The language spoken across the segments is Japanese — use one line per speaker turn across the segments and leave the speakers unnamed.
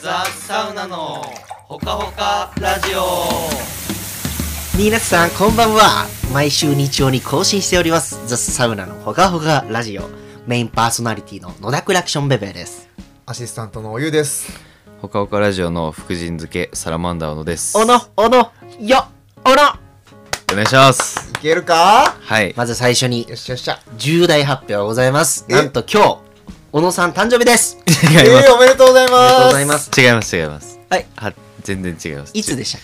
ザ・サウナのほかほかラジオ
皆さん、こんばんは。毎週日曜に更新しております。ザ・サウナのほかほかラジオ。メインパーソナリティの野田クラクションベベです。
アシスタントのおゆうです。
ほかほかラジオの福神漬けサラマンダーのです。
おの、おの、よ、おの
お願いします。
いけるか
はい。
まず最初に
よっ、しゃよっしゃ。
重大発表がございます。
え
なんと今日、小野さん誕生日です。あり
違い
え
ます。
ー、おめでとうござい
がとう
ま
ご
す。
ざいます。
違います。違います。
はい。
は全然違います。
いつでしたっ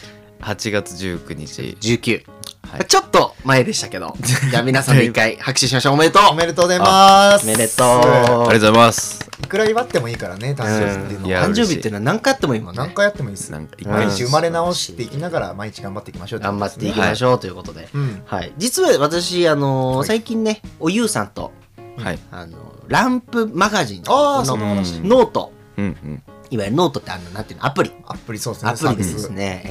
8月19日。
け ?19。
はい
ちょっと前でしたけ ど。じゃあ皆さんで一回拍手しましょう。おめでとう
おめでとうございます。
おめでと
ありがとうございます。
う。いくら祝ってもいいからね、誕生日っていうの
い
は。
や
誕生日っていうのは何回あってもいいもん
何
ね。
回やってもいいです
な。んかいっぱい
毎
で
日
す
生まれ直していきながら、毎日頑張っていきましょう
頑張っていき
き
ましょうということで。
うん。
はい。実は私、あのー
はい
最近ね、おゆうさんと、
はい。
あのランプマガジン
あ
の
あ、その話。
うん
ノート
うんうん。
いわゆるノートってあのなんていうのアプリ
アプリそうですね。
アプリですね、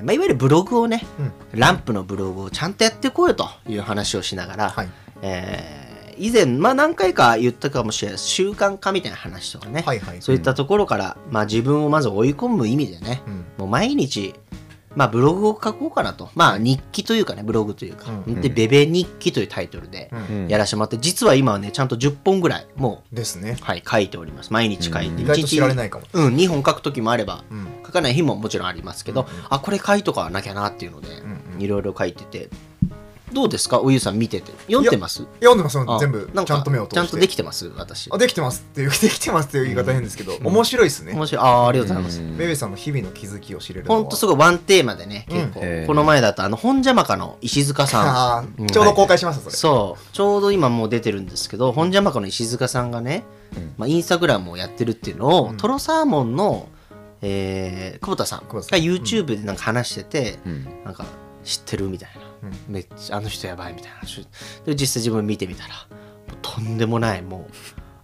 えーまあ、いわゆるブログをね、
うん
ランプのブログをちゃんとやってこうよという話をしながら、
サービス。
えー以前、まあ、何回か言ったかもしれない習慣化みたいな話とかね、
はい。はいはい。
そういったところから、まあ、自分をまず追い込む意味でね、
うん。
もう毎日、まあ、ブログを書こうかなと、まあ、日記というかねブログというか、
うん
で「ベベ日記」というタイトルで
う。
うんん
やらせてもらって実は今はねちゃんと10本ぐらいもう
ですね。
はい、書いております。毎日書いて、
うん
意外と知られ
い。
ないかも。
うん、2本書く時もあれば、
うん。
書かない日ももちろんありますけど、
うんうん
あ、これ書いとかなきゃなっていうので、
うんうん
いろいろ書いてて、どうですかおゆうさん見てて。読んでます
読んでます
あ
全部
なん。
ち
か
ゃんと目を通して。
ちゃんとできてます私
あ。。できてますっていう、できてますっていう言い方変ですけど、面白いですね
面。白い。あーありがとうございます。
ベベさんの日々の気づきを知れるのは。
ほんとすごいワンテーマでね、
うん
結構。
へー
この前だと、あの、本邪魔か の石塚さん。
あ
うん
あ、ちょうど公開しました、それ。
そう。ちょうど今もう出てるんですけど、本邪魔かの石塚さんがね、
うん
まあ、インスタグラムをやってるっていうのを、
うん
トロサーモンの、えー久保田さんが
久保田さん
YouTube でなんか話してて、
うん
なんか知ってるみたいな、
う
めっちゃあの人やばいみたいな話で実際自分見てみたらもうとんでもないもう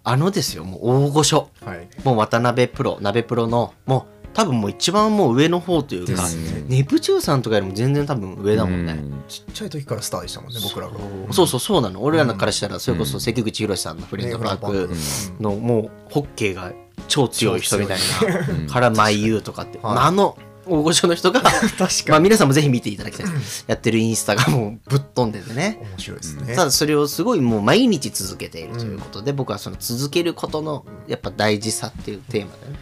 あのですよもう大御所
はい。
もう渡辺プロ鍋プロのもう多分もう一番もう上の方という
で
か
すね
ネプチューンさんとかよりも全然多分上だもんね、
うん
ちっちゃい時からスターでしたもんね、僕らが。
そうそうそうなの俺らからしたらそれこそ関口宏さんのフレンドパー
ねフレンド
ク
パ
のもうホッケーが超強い人みたい
強い
なから俳優とかって、
はい
まああの大御所の人が
確
まあ皆さんもぜひ見ていただきたいですやってるインスタがもうぶっ飛んでてね
に。面白いですね。
ただそれをすごいもう毎日続けているということで、僕はその続けることのやっぱ大事さっていうテーマでね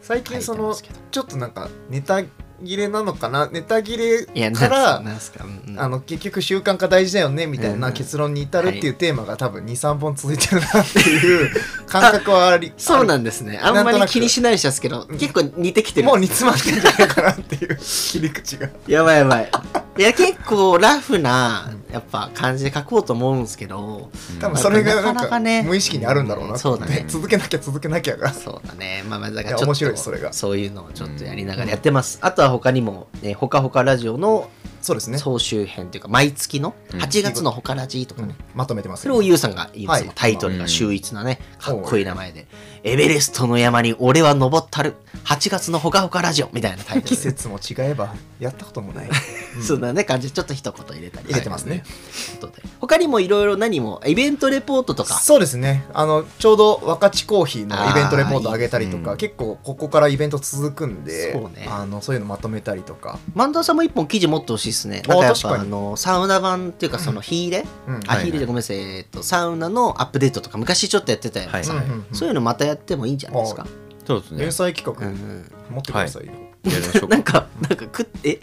最近
書
そ
いてま
の
すけど
ちょっとなんかネタ切れなのかなネタ切れ
いやな
か
んす
ら
なんすか、うんうん
あの結局習慣化大事だよねみたい
うん
な結論に至るっていうテーマが多分23本続いてるなっていう感覚はあり
そうなんんですね
あ
あ
の
んま
なんと
り
なく
気にしない人ですけど結構似てきてる
もう煮詰まってんじゃないかなっていう切り口が
やばいやばい。いや、結構ラフな、やっぱ感じで書こうと思うんですけど、
多分それ
な
がな
か
ん
なか
か
ね
無意識にあるんだろうなと思
う
って
んそうだね
続けなきゃ続けなきゃが
そうだね。まあまあ、だか
い
ら
や
ちょっと
面白いですそれが
そういうのをちょっとやりながらやってます。あとは他にも、ね、ほかほかラジオの
そうですね
総集編というか、毎月の
うん
8月のほかラジとか
うん
ね。
まとめてます
それをゆうさんが言いますよ
はい
タイトルが秀逸なね、かっこいい名前で「エベレストの山に俺は登ったる8月のほかほかラジオ」みたいなタイトルで
季節も違えばやったこともない
そうだね感じでちょっと一言入れたり
入れてますね
ということで他にもいろいろ何もイベントレポートとか
そうですねあのちょうど若智コーヒーのイベントレポートあげたりと
あーいいですね
か
うん
結構ここからイベント続くんで
そうね
あのそういうのまとめたりとか、
万田さんも一本記事持ってほしいですね。
あ
なんかやっぱ
確か
あ
に
のサウナ版っていうかその火入れ、
うん
あ
はい
火入れでごめんなさい、えっとサウナのアップデートとか昔ちょっとやってたやつ、
はい
うんうんうん
そういうのまたやってもいいんじゃないですか。
そうですね。
連載企
う
画
ん
持ってくださいよ、
やりましょ
う、
う ん
なん
か。
かなんか食ってえ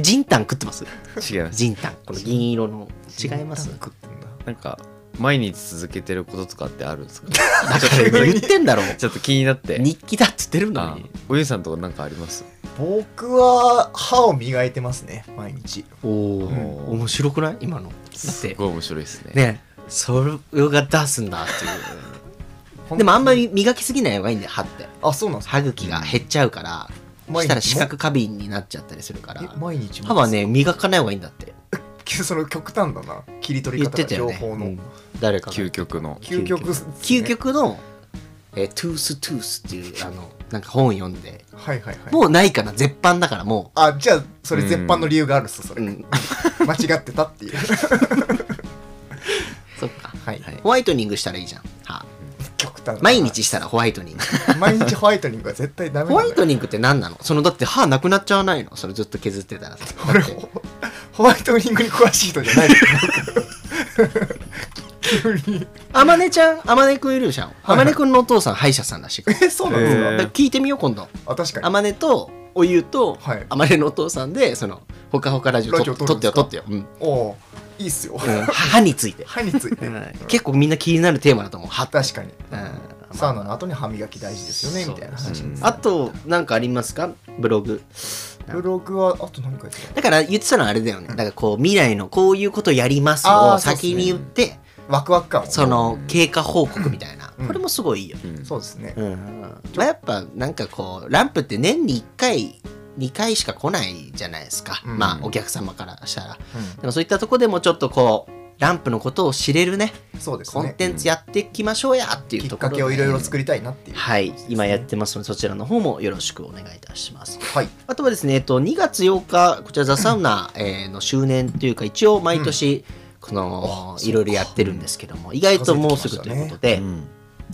ジンタン食ってます？
違います。
ジンタンこの銀色の違います
ジン。タン食ってんだ
なんか、毎日続けてることとかってある んですか
だから言ってん だろ。
ちょっと気になって。
日記だっつってるの
あ
に。
おゆうさんとかなんかあります
僕は歯を磨いてますね毎日
おお、
うん
面白くない今の？だっ
す
て
ごい面白いですね。
ねそれが出すんだ っていう。でもあんまり磨きすぎない方がいいんだよ歯って。
あそうなんですか
歯茎が減っちゃうから、そ
毎
し
日
たら視覚過敏になっちゃったりするから
え毎日
歯はね磨かない方がいいんだって
けどその極端だな切り取り
言っ
方
て
が
たよ
情
ね、
報の、
うん誰かが
究極の。
究極ですね
究極の、えートゥーストゥース」っていうあのなんか本読んで、
はいはいはい
もうないから絶版だからも、
あじゃあそれ絶版の理由があるっすそうれ、
うん、
間違ってたっていう
そっか
はい、
はい
ホワイトニングしたらいいじゃん歯
極たんだ
毎日したらホワイトニ ング。
毎日ホワイトニングは絶対ダメ
ホ
な
ワ
ん
イ
だ
ト
よ
ニングって何なのそのだって歯なくなっちゃわないのそれずっと削ってた らさ。だって
ほホワイトニングに詳しい人じ ゃないよ急に
あまねちゃん、あまねくんいるじゃん。あ
いはい
まねくんのお父さん歯医者さんらしいから。
えそうなんですか、
へえ
だから聞いてみよう今度。
あ確か
あ
に
まねとおゆうと
はい
あまねのお父さんでそのほかほかラジオ
ラ
撮
ジオ
っ
撮
撮
る
っ
ん
て
で
よ
す
撮
か
ってよ。うんうん
おういいっすよ、
歯について。
歯について、
うん結構みんな気になるテーマだと思う。歯って。
確かに、
うん
サウナの後に歯磨き大事ですよねみたいな話、
そうですね
あとなんかありますかブログ。
ブログはあと何かやってた
だから言ってたのはあれだよね。だからこう未来のこういうことやります
あ
を
ーそうっすね
先に言って
ワクワク感を
その経過報告みたいな。
うん
これもすごいいいよね。
うん
そうですね、
うんまあ、やっぱなんかこうランプって年に1回2回しか来ないじゃないですか、
うん
まあお客様からしたら
う
でもそういったとこでもちょっとこうランプのことを知れるね
ん、そうです
コン
ね
テンツやっていきましょうやっていう
きっ
ところ
か
で
けをいろいろ作りたいなっていう
はい今やってますのでそちらの方もよろしくお願いいたします
はい
あとはですね、えっと、2月8日、こちら、ザ・サウナ、えーの周年というか、一応、毎年、この、いろいろやってるんですけども、意外ともうすぐということで、
うん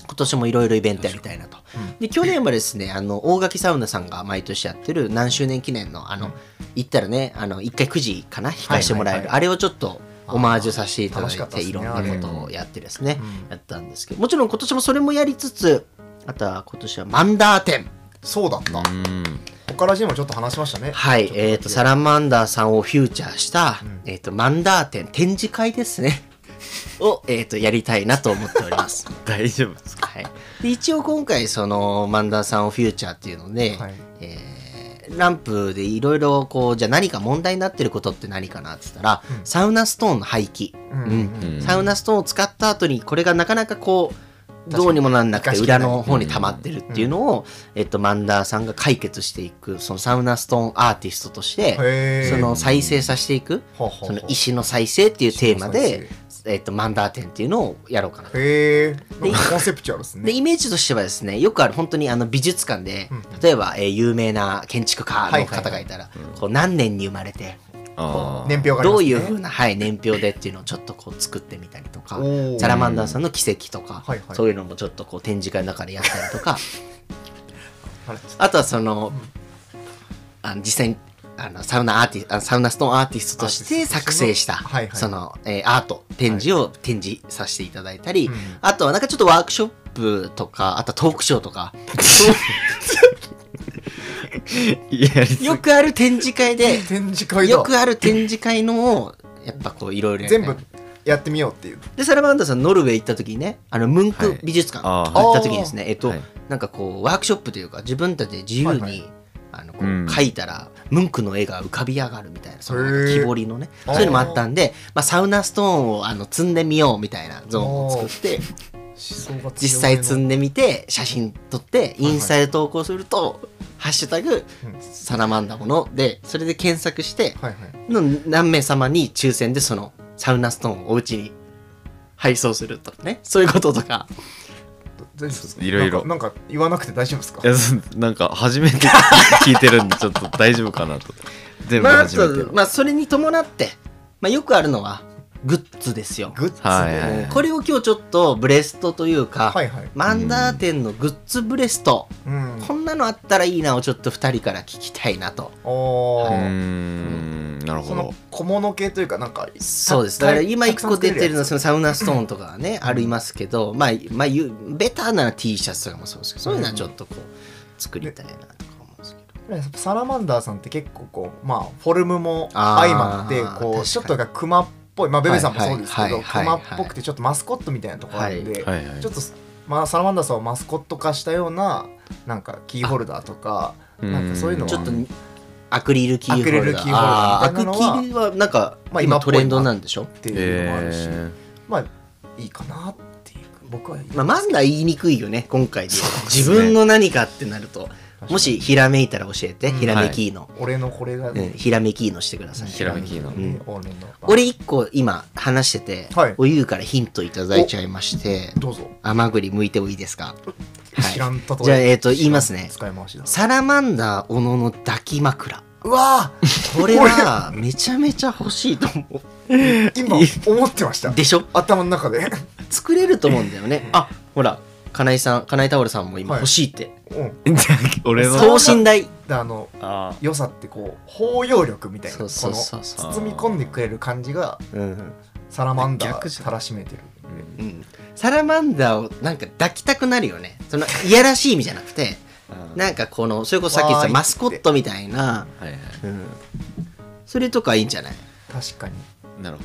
今年もいろいろイベントやりたいなと
うん。
で、去年はですね、あの、大垣サウナさんが毎年やってる何周年記念の、あの、行ったらね、あの、1回9時かな、引かしてもらえ
はい
る、
はいはい
あれをちょっと、オマージュさせていただい
あー楽しかった
て、
ですね
いろんなことをやってですね
う、ん
やったんですけど、もちろん今年もそれもやりつつ、あとは今年はマンダー展。
そうだった、他からジもちょっと話しましたね
はい、
ちょっ
えっ、と、サラマンダーさんをフューチャーした、
うん
えっ、と、マンダー展、展示会ですね。 を、えっ、と、やりたいなと思っております。
大丈夫ですか
はい。で、一応今回、その、マンダーさんをフューチャーっていうので、
はい
えーランプでいろいろ、こう、じゃあ何か問題になってることって何かなって言ったら、
うん
サウナストーンの廃棄。
うん
うん
うん
サウナストーンを使った後にこれがなかなかこう
確かに
どうにもなんなくて
生かしきれ
裏
ない
の方に溜まってるっていうのを、えっと、マンダーさんが解決していくそのサウナストーンアーティストとして
へえ
その再生させていく
ほうほうほう
その石の再生っていうテーマ
石の
で、えっと、マンダー展っていうのをやろうかなと。
へえコンセプチュアルです
で
ね
イメージとしてはですねよくある本当にあの美術館で
うん
例えば、えー有名な建築家
はい
の
はいはい
方がいたらこう何年に生まれて
あ
年表があり
ど
ま
う
すね
いうふうな、はい、年表でっていうのをちょっとこう作ってみたりとか
おー
サラマンダーさんの奇跡とか、
はいはい
そういうのもちょっとこう展示会の中でやったりとか
あれちょっ
あとはそのあの実際にあのサウナアーティあのサウナストーンアーティストとして
アーティストとしての
作成した、
はいはい
その、えーアート展示を展示させていただいたり、
うん
あとはなんかちょっとワークショップとかあとはトークショーとか
いや
よくある展示会で
と展示会だ
よくある展示会のをやっぱこういろいろやりたい
全部やってみようっていう
でサラマンダーさんノルウェー行った時にねあのムン
は
ク
い
美術館
あ
行
ー
った時にですね、えっと、
はい
なんかこうワークショップというか自分たちで自由に、
はいはい
あのこう
うん
描いたら、ムンクの絵が浮かび上がるみたいなそのなんか
へー
木彫りのねそういうのもあったんで、まあ、サウナストーンをあの積んでみようみたいなゾーンを作って
思想が強め の
実際積んでみて写真撮ってインスタで投稿すると「ハッシュタグ
うん
サラマンダもの」でそれで検索して
はいはい
の何名様に抽選でそのサウナストーンをお家に配送するとかねそういうこととか
大丈夫ですか
いろいろ
なんかなんか言わなくて大丈夫ですか
いやそうなんか初めて聞いて るんでちょっと大丈夫かなと全部
まああ
初めて
と、
の
まあ、それに伴って、まあ、よくあるのはグッズですよ、
グッズで
はいはい
これを今日ちょっとブレストというか、
はいはい
マンダー店のグッズブレスト、
うん
こんなのあったらいいなをちょっと2人から聞きたいなと
お
うー
ー
んなる
そ
ほ
の
ど
小物系というかなんか
そうですだから今1個出てるのはそ
の
のサウナストーンとかはねありますけど、まあ、まあゆベターなら T シャツとかもそうですけどそういうのはちょっとこう作りたいなとか思うんですけど。
サラマンダーさんって結構こうまあフォルムも
あー
相まって
確か
こ
に
うちょっとがクマっぽいまあベベさんも
はい
そうですけ
は
ど
い
ク
はい
マ
はい
っぽくてちょっとマスコットみたいなところなんで
はいはい
ちょっとまあサラマンダーさんをマスコット化したようななんかキーホルダーとかなんかそういうのは
ちょっとアクリルキーホルダー。
アクリルキーホ
あ
ルダー
アク
みたいなのは
キーはなんか、
まあ
今
今
トレンドなんでしょ
っていうのもあるし、
え
まあいいかなっていう僕はいい
まあ、マンダー言いにくいよね、今回で。自分の何かってなると。もし、ひらめいたら教えて、
うん
ひらめきーの。
俺のこれが、
うんひらめきーのしてください。
ひらめきの
ん
俺の
俺一個今話してて、
はい
おゆうからヒントいただいちゃいまして、
どうぞ
甘栗向いてもいいですかはい
知らんたと
じゃあえーと言いますね
使い回しだ
サラマンダーおのの抱き枕。
うわ
これはめちゃめちゃ欲しいと思
ー今思ってました
う。でしょ
頭の中で
作れると思うんだよね。あほら金井さん金井タオルさんも今
はい
欲しいって、
うん
俺
は
の
そう
等身大
であの
あ
良さってこう包容力みたいな
そ
こ
うそうそうそ
あ
の
ー
包み込んでくれる感じが
う、うん
サラマンダ
逆
ー
じゃん
たらしめてる
うん、サラマンダーをなんか抱きたくなるよねそのいやらしい意味じゃなくて
あ
なんかこのそれこそさっき言って
わーいって
たマスコットみたいな、
はいは
うん、それとかいいんじゃない
確かに
いなるほ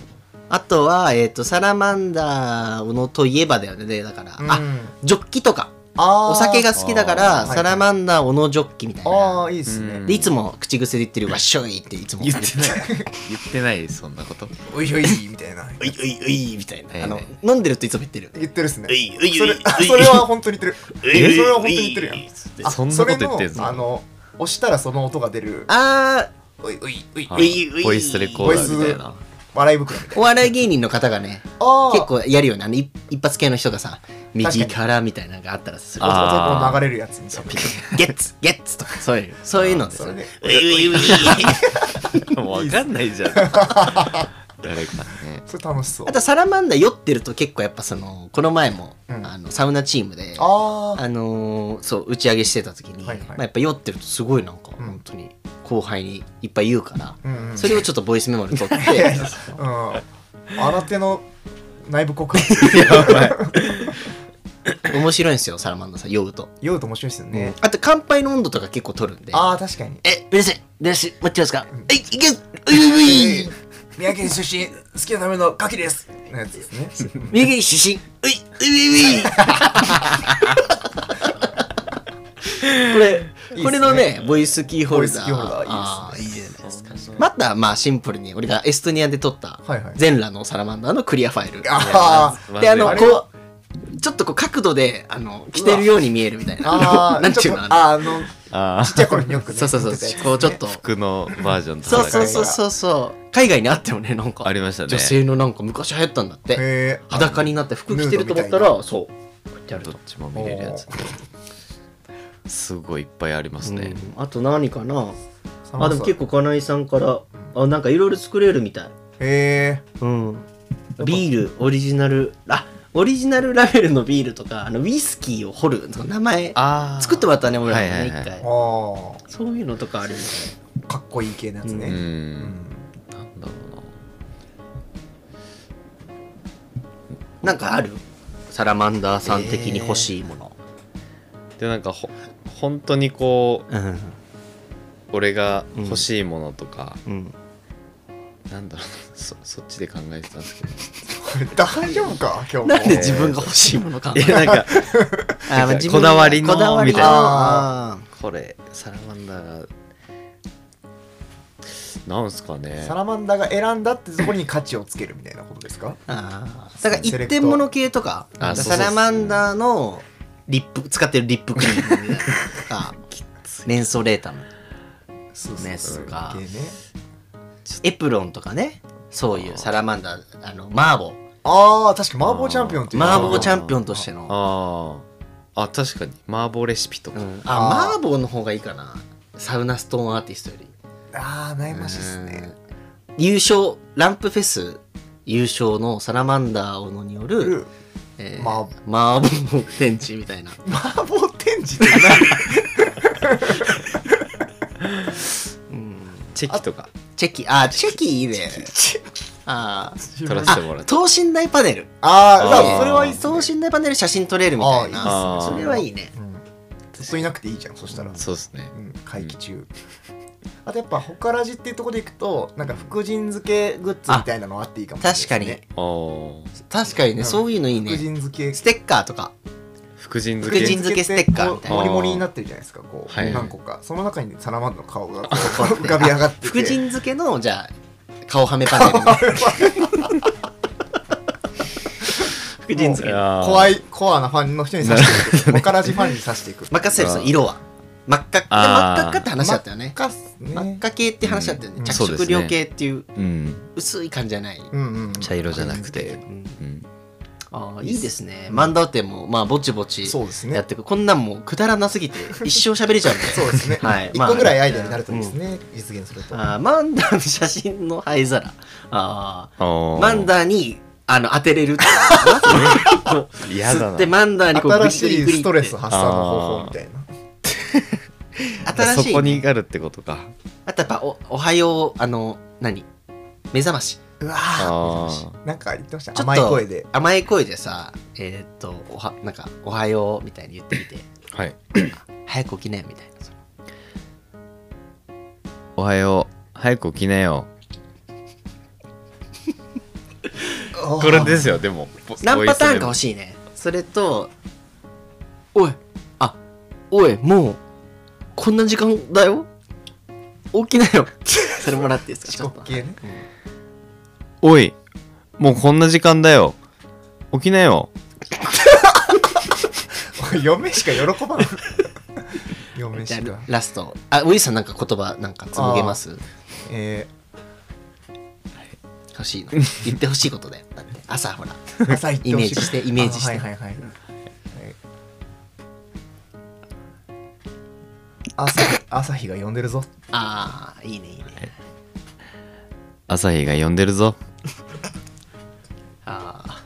あとは、えっとサラマンダーのといえばだよねでだから、
うん
あジョッキとか
あー
お酒が好きだか
あー
ら
はい
サラマンダー小野ジョッキみたいな
ああいいですね
うん
でいつも口癖で言ってる「わっしょい」っていつも
ど言ってない言ってないそんなこと
おいおいみたいな
「ういういうい」みたいなあの
はい
飲んでるといつも言ってる
言ってるっすね
ういういうい
それ
うい
それは本当に言ってる
う
そ
いうい
れは本当に言ってるやん
ういつって
あ
そんなこと言ってんの
それのあの押したらその音が出る
あ
おいういうい
あ
ういうい
ボイスレコーダーみたいな
笑い袋みたい
ーお笑い芸人の方がね
なあー
結構やるよねあのい一発系の人がさ
かに
右からみたいなのがあったらすごい
あ
男の流れるやつみたいな
ゲッツゲッツとかそういうそういうのです
それで
ういういういう
もう分かんないじ ゃん誰かね
それ楽しそう
あとサラマンダー酔ってると結構やっぱそのこの前も、
うん
あのサウナチームであ
あー
のーそう打ち上げしてた時に、
はいはい
まあ、やっぱ酔ってるとすごいなんか、
うん
本当に後輩にいっぱい言うから、
うんうん
それをちょっとボイスメモで撮って
うん新手の内部告白
や ばい
面白いんですよサラマンダーさん酔うと、
酔うと面白いですよね
あと乾杯の温度とか結構撮るんで
ああ確かに
え皆さん皆さん待ってますか、
ん
えいけういうい
宮城県出身好きなための牡蠣ですのやつです ね
右出身ういう いういうこれ
いいっすね
これのねボイスキーホルダー
ボイスキーホルダーいいっすね
あーいいじゃないですかまたまあシンプルに俺がエストニアで撮った
はいはい
全裸のサラマンダーのクリアファイル
あー
まず
であの
あれは
こうちょっとこう角度であの着てるように見えるみたいな
あー
なんていう
ち
の
ょ
あ
っ
の
とあーあの
あ
ちっちゃい頃によくね
そうそうそう
見てたやつ
こうちょっと
服のバージョンとか
そう
だか
そ
ら
うそうそうそう海外にあったよねなんか
ありましたね
女性のなんか昔流行ったんだって
へえ
裸になって服着てると思った
ヌードみたい
らそうこうやってやる
ど
と
っちも見れるやつすごいいっぱいありますね
うんあと何かな
サマ
あ
ン
で
ダ
も
ー
結構金井さんからあなんかいろいろ作れるみたい
へえ
うんビールオリジナルあオリジナルラベルのビールとかあのウイスキーを掘るその名前
ああ
作ってもらったね俺らも
は
ね
い
一
はいはい
回
あー
そういうのとかあるよね
かっこいい系のやつ
う
ねうんん
なんだろうな
なんかあるサラマンダーさん的に欲しいもの、
でなんかほ本当にこう
うん
俺が欲しいものとか、
うん
なんだろう なそそっちで考えてたんですけど
これ大丈夫か今日も
なんで自分が欲し いものか
いやなんか
あまあ
こだわりの
こだわり
みたい
な
あ
これサラマンダーがなんすかね
サラマンダーが選んだってところに価値をつけるみたいなことですか
ーあーだから一点物系とか
あそうそう
サラマンダーのリップ使ってるリップクリームみたい なのとかメンソレータム
そう
ねすが
系ね
エプロンとかねそういうサラマンダーあのマーボ
ああ確か麻婆チャンピオンっていう
マーボ
ー
ーチャンピオンとしての
あーあ確かに麻婆レシピとか、
うん
あー
あマーボーの方がいいかなサウナストーンアーティストより
ああ悩ましいですね
優勝ランプフェス優勝のサラマンダー小野によ
う
る、
ん
えー
マー
マーボー天地みたいな
麻婆天示って何
チェキとか
チェキあチェキいいね
チ
あー
撮らせ
あ
てもらって
等身大パネル
あ
ー
あ、
だ
それはいいっす
等
ね。
身大パネル写真撮れるみたい
あ
な
ーいいっす
そ
ね
れはいいね
うんずっといなくていいじゃん、そしたら。
そうですね
うん、会期中。あとやっぱ、ホカラジっていうところでいくと、なんか福神漬けグッズみたいなのあっていいかもしれないです
確かに
ね。
あー
確かに
う
ね
ん
そういうのいい
福
ね
神漬け。
ステッカーとか
福神漬
福神
け
漬けステッカーみたい
な
モリモリになってるじゃないですか、こう、
はい
何個か。その中にサラマンダの 顔がこう
こう
浮かび上がってて。
福神漬けのじゃあ顔はめパネル ね 福神漬け
あー
怖い、コアなファンの人に刺してい く。ホカラジファンに刺していく。
任せるそ
あ
の
ー
色は真っ赤で真
あ
っ
ー
赤かって話だったよね
かっすね。
真っ赤系って話だったよね、
うん
着
そうです
色
ね
料系っていう
うん、
薄い感じじゃない、
うんうん。
茶色じゃなくて
福神漬
うん、
ああいいですね漫画店もまあぼちぼち
け。そうです
や
ね
っ。てく、こんなんもうくだらなすぎて一生喋れちゃうんで
そうです ね。
はい
一個ぐらいアイデアになると
と
いい
で
です
す
ね、実現すると。
あーマンダーの写真の灰皿あ
あ
ー
ー
マンダーにあの、当てれる。
嫌
吸
だな
ってマンダーにこう、
新しいストレス
って
発散の方法みたいな
新し
そ
い
こ
ね、
にあるってことか
あとやっぱ、お、おはよう、あの、何目覚まし。
うわ
あ
ー
ー
なんか言ってまし
ちょ
た
っと
甘い声で
甘い声でさ、えーっと、おは、なんか、おはようみたいに言ってみて、
はい
早く起きなよみたいな。その
おはよう早く起きなよ
こ
これですよでも
何パターンか欲
し
し
い
いね。それと、おい、あ、おい、もう、こんな時間だよ起きな よ。それもらっていいですか
遅刻系ね
おいもうこんな時間だよ起きなよ
嫁しか喜 ばない嫁
じゃ
し
あ
か
ラストあウィルさんなんか言葉なんか紡げます
え
欲しいの言ってほしいことだよだって朝 ほら
ー朝行ってほ
イメージしてイメージして
あはいはいはいえー朝朝日が呼んでるぞ
ああいいねいいね
朝日が呼んでるぞ
ああ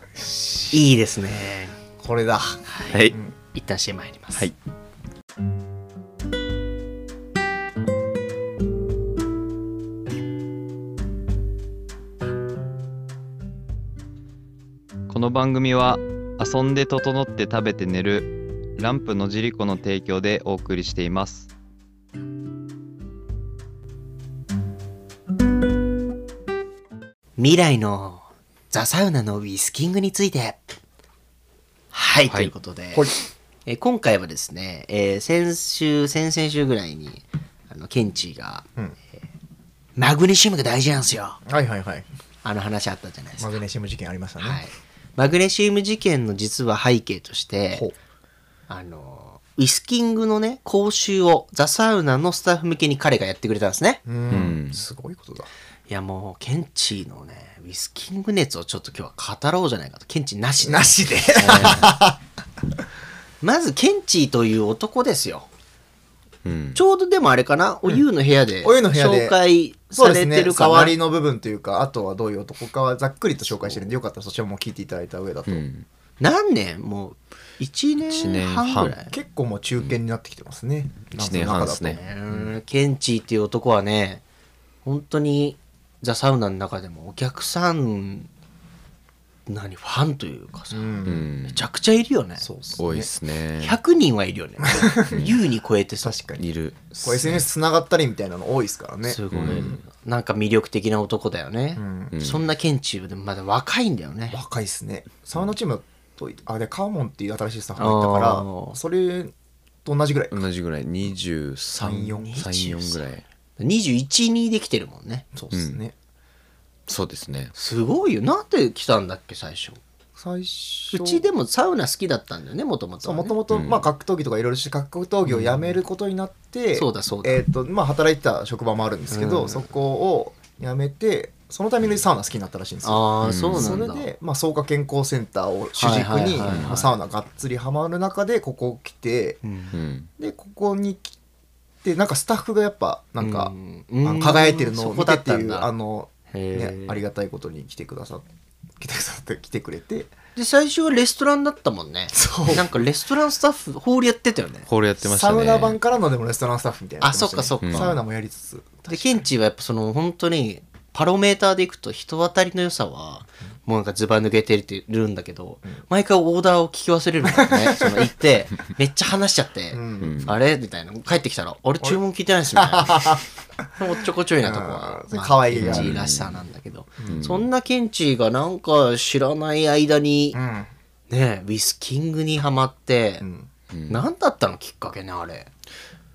いいですね
これだ
はい
うん
一旦してまいります
はいこの番組は遊んで整って食べて寝るランプのじりこの提供でお送りしています
未来のザ・サウナのウィスキングについてはい、
はい
ということで、えー今回はですね、えー先週先々週ぐらいにあのケンチが、
うん
えーマグネシウムが大事なんですよ
はいはいはい
あの話あったじゃないですか
マグネシウム事件ありましたね、
はい、マグネシウム事件の実は背景として
ほう
あのウィスキングのね講習をザ・サウナのスタッフ向けに彼がやってくれたんですね
う
うんん
すごいことだ
いやもうケンチのねウィスキング熱をちょっと今日は語ろうじゃないかとケンチなしで
な しで
まずケンチという男ですよ
うん
ちょうどでもあれかなおゆうの部屋で
おゆうの部屋で
紹介
そ
さ
うで
れ
す
て
ね
るか
触
な、
りの部分というかあとはどういう男かはざっくりと紹介してるんでよかったらそちらも聞いていただいた上だと、
うん
何年もう1年半ぐらい
結構もう中堅になってきてますね、
一年半ですね
ねケンチーっていう男はね本当にザ・サウナの中でもお客さん何ファンというかさ、
夏の中だと、う、
うんん
めちゃくちゃいるよね
そうっすね
多いっすね
100人はいる よね優に超えてさ
確かに
いる
こう SNS つながったりみたいなの多いですからね
すごい、
うん
なんか魅力的な男だよね
う、ん、
うん
そんなケンチーでもまだ若いんだよね
若いですねサウナチームとあでカーモンっていう新しいスタッフがいたか
あー
らそれと同じぐらい
同じぐらい2334ぐらい
212できてるもんね
そうですね、
そうですね
すごいよなんで来たんだっけ最初
最初
うちでもサウナ好きだったんだよねもともと
そうもともと
うん
まあ格闘技とかいろいろして格闘技をやめることになって、
そうだそうだ、
えーとまあ、働いてた職場もあるんですけど、
うん
そこを辞めてそのタイミングでサウナ好きになったらしいんですよ。
ああ、
うん
そう
そ
なん
れ
だ
で、まあ、草加健康センターを主軸
はいはい
に
はいはい
まあサウナがっつりハマる中でここ来て
うん
うん
でここに来てなんかスタッフがやっぱなんか、
うん
あの輝いてるの
う
を
んそこ
見
だ
て
っ
って
た
い
ん
う
だ
あの、ね
へ、ー
ありがたいことに来てくださって。来てくださって来てくれて
で最初はレストランだったもんね
そう
なんかレストランスタッフホールやってたよね
ホールやってました
サ
ね
ウナ版からのでもレストランスタッフみたいなのやてましたね
あそっか
そっか
サウナもやりつつ
でケンチはやっぱその本当にパロメーターでいくと人当たりの良さはもうなんかずば抜けてるんだけど、毎回オーダーを聞き忘れるんだよ ねその行ってめっちゃ話しちゃって、
うん
うん
あれみたいな帰ってきたら俺注文聞いてないですみた いなおっちょこちょいなとこは
あーそれ可愛い
ケン
よ
チらしさなんだけど、そんなケンチがなんか知らない間に、
うん
ねウィスキングにはまって、
うん
何だったのきっかけねあれ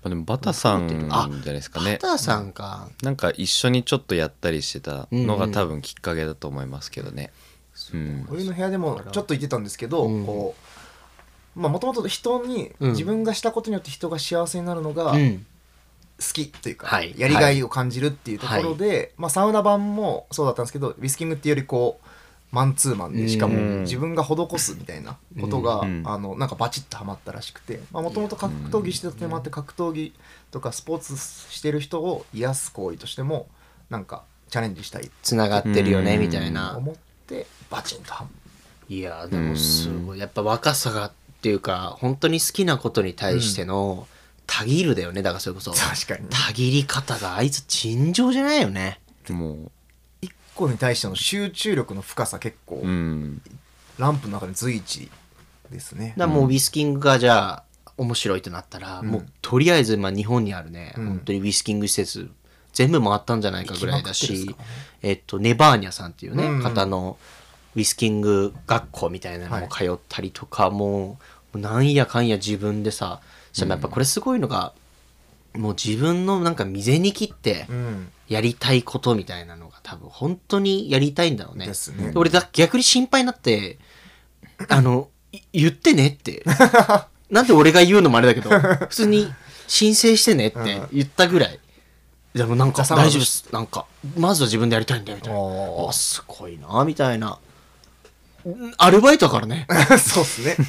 まあでもバタさんじゃないですか
パ
ね
ターさんか、
なんか一緒にちょっとやったりしてたの
うんう
が
ん
多分きっかけだと思いますけどね。うん
俺の部屋でもちょっと行ってたんですけど、
うん
こうまあもともと人に
うん
自分がしたことによって人が幸せになるのが
う
好
ん
きというか、
はい
やりがいを感じるっていうところで、まあ、サウナ版もそうだったんですけどウィスキングっていうよりこうマンツーマン
うん
でしかも自分が施すみたいなことが、
うん
あのなんかバチッとはまったらしくてもともと格闘技してたってもあって格闘技とかスポーツしてる人を癒す行為としてもなんかチャレンジしたい
つながってるよね
うん
みたい
と
な
思っってバチンと
いやーでもすごいやっぱ若さがっていうか本当に好きなことに対してのたぎるだよねだからそれこそた
確かに
ぎり方があいつ尋常じゃないよね
も
一個に対しての集中力の深さ結構、
う、うん。
ランプの中で随一ですね
だからもうウィスキングがじゃあ面白いってなったら、
うん
もうとりあえずまあ日本にあるね、
うん
本当にウィスキング施設全部回ったんじゃないかぐらいだ
行きま
し
くってるんですか、
えっと、ネバーニャさんっていうね、
うんうん
方のウィスキング学校みたいなのも通ったりとか、もうなんやかんや自分でさしかもやっぱこれすごいのが、もう自分のなんか未然に切って
うん
やりたいことみたいなのが多分本当にやりたいんだろうね。
ですね
俺だ逆に心配になってあのい言ってねってなんで俺が言うのもあれだけど普通に申請してねって言ったぐらい、でもなんか
じゃあ
大丈夫ですなんかまずは自分でやりたいんだよみたいな
おー
あすごいなみたいなんアルバイトだからね
そうですね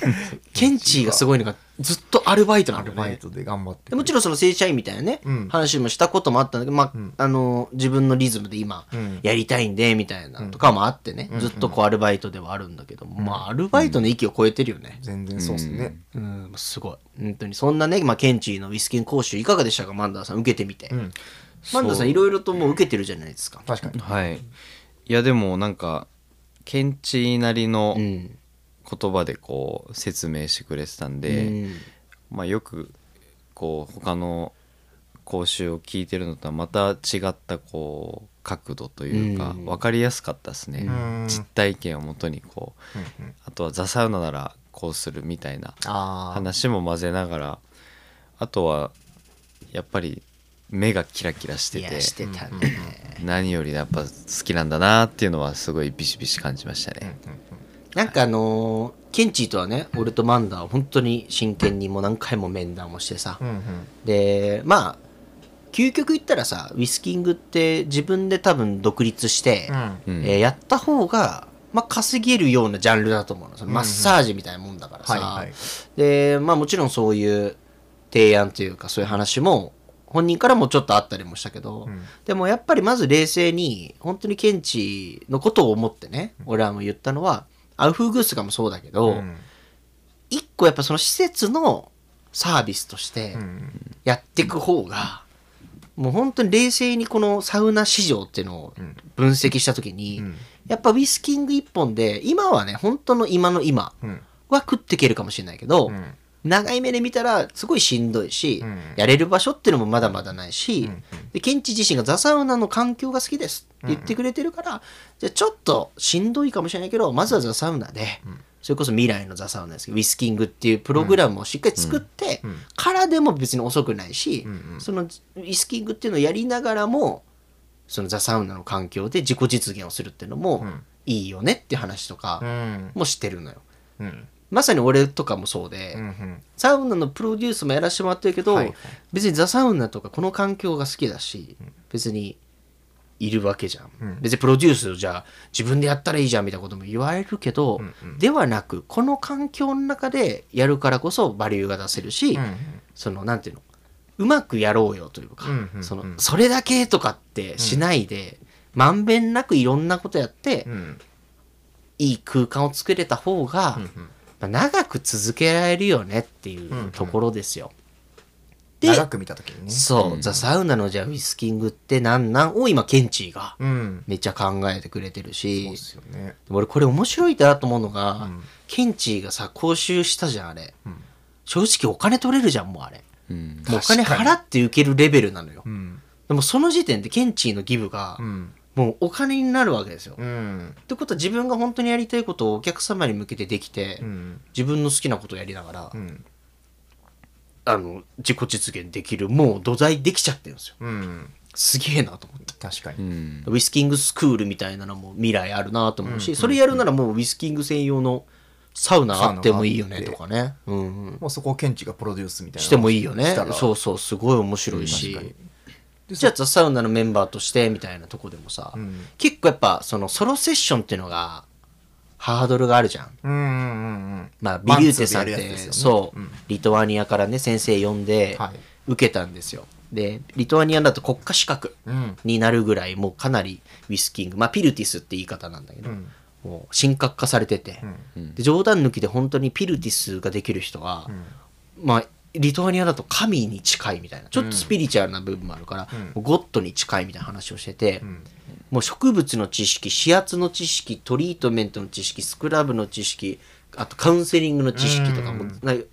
ケンチーがすごいのがずっとアルバイトな
ア
んだ
ル
よ
バ
ね
イトで頑張って
でもちろんその正社員みたいなね、
うん
話もしたこともあったんだけど、まあ
うん
あの自分のリズムで今
うん
やりたいんでみたいなのとかもあってね、
うん
ずっとこうアルバイトではあるんだけど、まあアルバイトの域を超えてるよね、
全然そうですね
うんすごい本当にそんなね、まあ、ケンチーのウィスキン講習いかがでしたかマンダーさん受けてみて、
うん
マンダーさ
そ
ん
う
いろいろともう受けてるじゃないですか
確かに
はい。いやでもなんかケンチなりの
うん、
言葉でこう説明してくれてたん
う
で、
ん
まあよくこう他の講習を聞いてるのとはまた違ったこう角度というか
うん
分かりやすかったですね、
うん
実体験をもとにこう
うんうん
あとは「ザ・サウナならこうする」みたいな
ああ
話も混ぜながらあとはやっぱり目がキラキラして
いや
て
してたね、
何よりやっぱ好きなんだなっていうのはすごいビシビシ感じましたね。
なんかあのーケンチーとはね俺とマンダーは本当に真剣にもう何回も面談をしてさ、
うんうん
でまあ究極言ったらさウィスキングって自分で多分独立して、
うん
うん
えーやった方が、まあ、稼げるようなジャンルだと思うのそのマッサージみたいなもんだからさ、
はいはい
でまあもちろんそういう提案というかそういう話も本人からもちょっとあったりもしたけど、
うん
でもやっぱりまず冷静に本当にケンチのことを思ってね俺らも言ったのはアウフグースがもそうだけど、
うん
一個やっぱその施設のサービスとして、
うん
やっていく方が、もう本当に冷静にこのサウナ市場っていうのを
うん
分析した時に、
うん
やっぱウィスキング一本で今はね本当の今の今
うん
は食っていけるかもしれないけど、
うん
長い目で見たらすごいしんどいし、
うん
やれる場所っていうのもまだまだないし、
うん
でケンチ自身がザサウナの環境が好きですって言ってくれてるから、じゃあちょっとしんどいかもしれないけどまずはザサウナで、それこそ未来のザサウナですけどウィスキングっていうプログラムをしっかり作って
うんうん
からでも別に遅くないし、
うんうん
そのウィスキングっていうのをやりながらもそのザサウナの環境で自己実現をするっていうのも
うん
いいよねって話とか
うん
もしてるのよ。
うん
まさに俺とかもそうで、
うんうん
サウナのプロデュースもやらせてもらってるけど、
はいはい
別にザ・サウナとかこの環境が好きだし、別にいるわけじゃん、
うん
別にプロデュースをじゃあ自分でやったらいいじゃんみたいなことも言われるけど、
うんうん
ではなくこの環境の中でやるからこそバリューが出せるし、
うんうん
そのなんていうのうまくやろうよというか、
うんうんうん
そのそれだけとかってしないで、まんべんなくいろんなことやって、
うん
いい空間を作れた方が、
うん
まあ長く続けられるよねってい
んうん
うところですよ。で、
長く見た時にね
そう、
うん
ザ・サウナのじゃあウィスキングってなんなんを今ケンチーが
うん
めっちゃ考えてくれてる
そう
し
っ、すよね
でも俺これ面白いなと思うのが、
ん
ケンチーがさ講習したじゃんあれ、
ん
正直お金取れるじゃんもうあれ
うん
もうお金払って受けるレベルなのよ、
うん
でもその時点でケンチーのギブが
うん
もうお金になるわけですよ、っ
うん
てことは自分が本当にやりたいことをお客様に向けてできて、
うん
自分の好きなことをやりながら、
うん
あの自己実現できるもう土台できちゃってるんですよ
うん
すげえなと思って
確か
う
に
ん
ウィスキングスクールみたいなのも未来あるなと思うし、それやるならもうウィスキング専用のサウナあってもいいよねとかね、うんうん、
もうそこをケンチがプロデュースみたいな
してもいいよね
したら
そうそうすごい面白いし、
確かで
じゃあザサウナのメンバーとしてみたいなとこでもさ、
ん
結構やっぱそのソロセッションっていうのがハードルがあるじゃん
うんうんうんうん
まあ、ビリューテさんっ
マンツーでや
て、
るやつですよね
そう、
うん
リトアニアからね先生呼んで、
はい
受けたんですよでリトアニアだと国家資格
うん
になるぐらいもうかなりウィスキングまあピルティスって言い方なんだけど、
うん
もう神格化されてて、
うん
うん
で冗談抜きで本当にピルティスができる人は、
うん
まあリトアニアだと神に近いみたいなちょっとスピリチュアルな部分もあるから、
うん
もうゴッドに近いみたいな話をしてて、
うん
もう植物の知識指圧の知識トリートメントの知識スクラブの知識あとカウンセリングの知識とかも,、
うん
なんか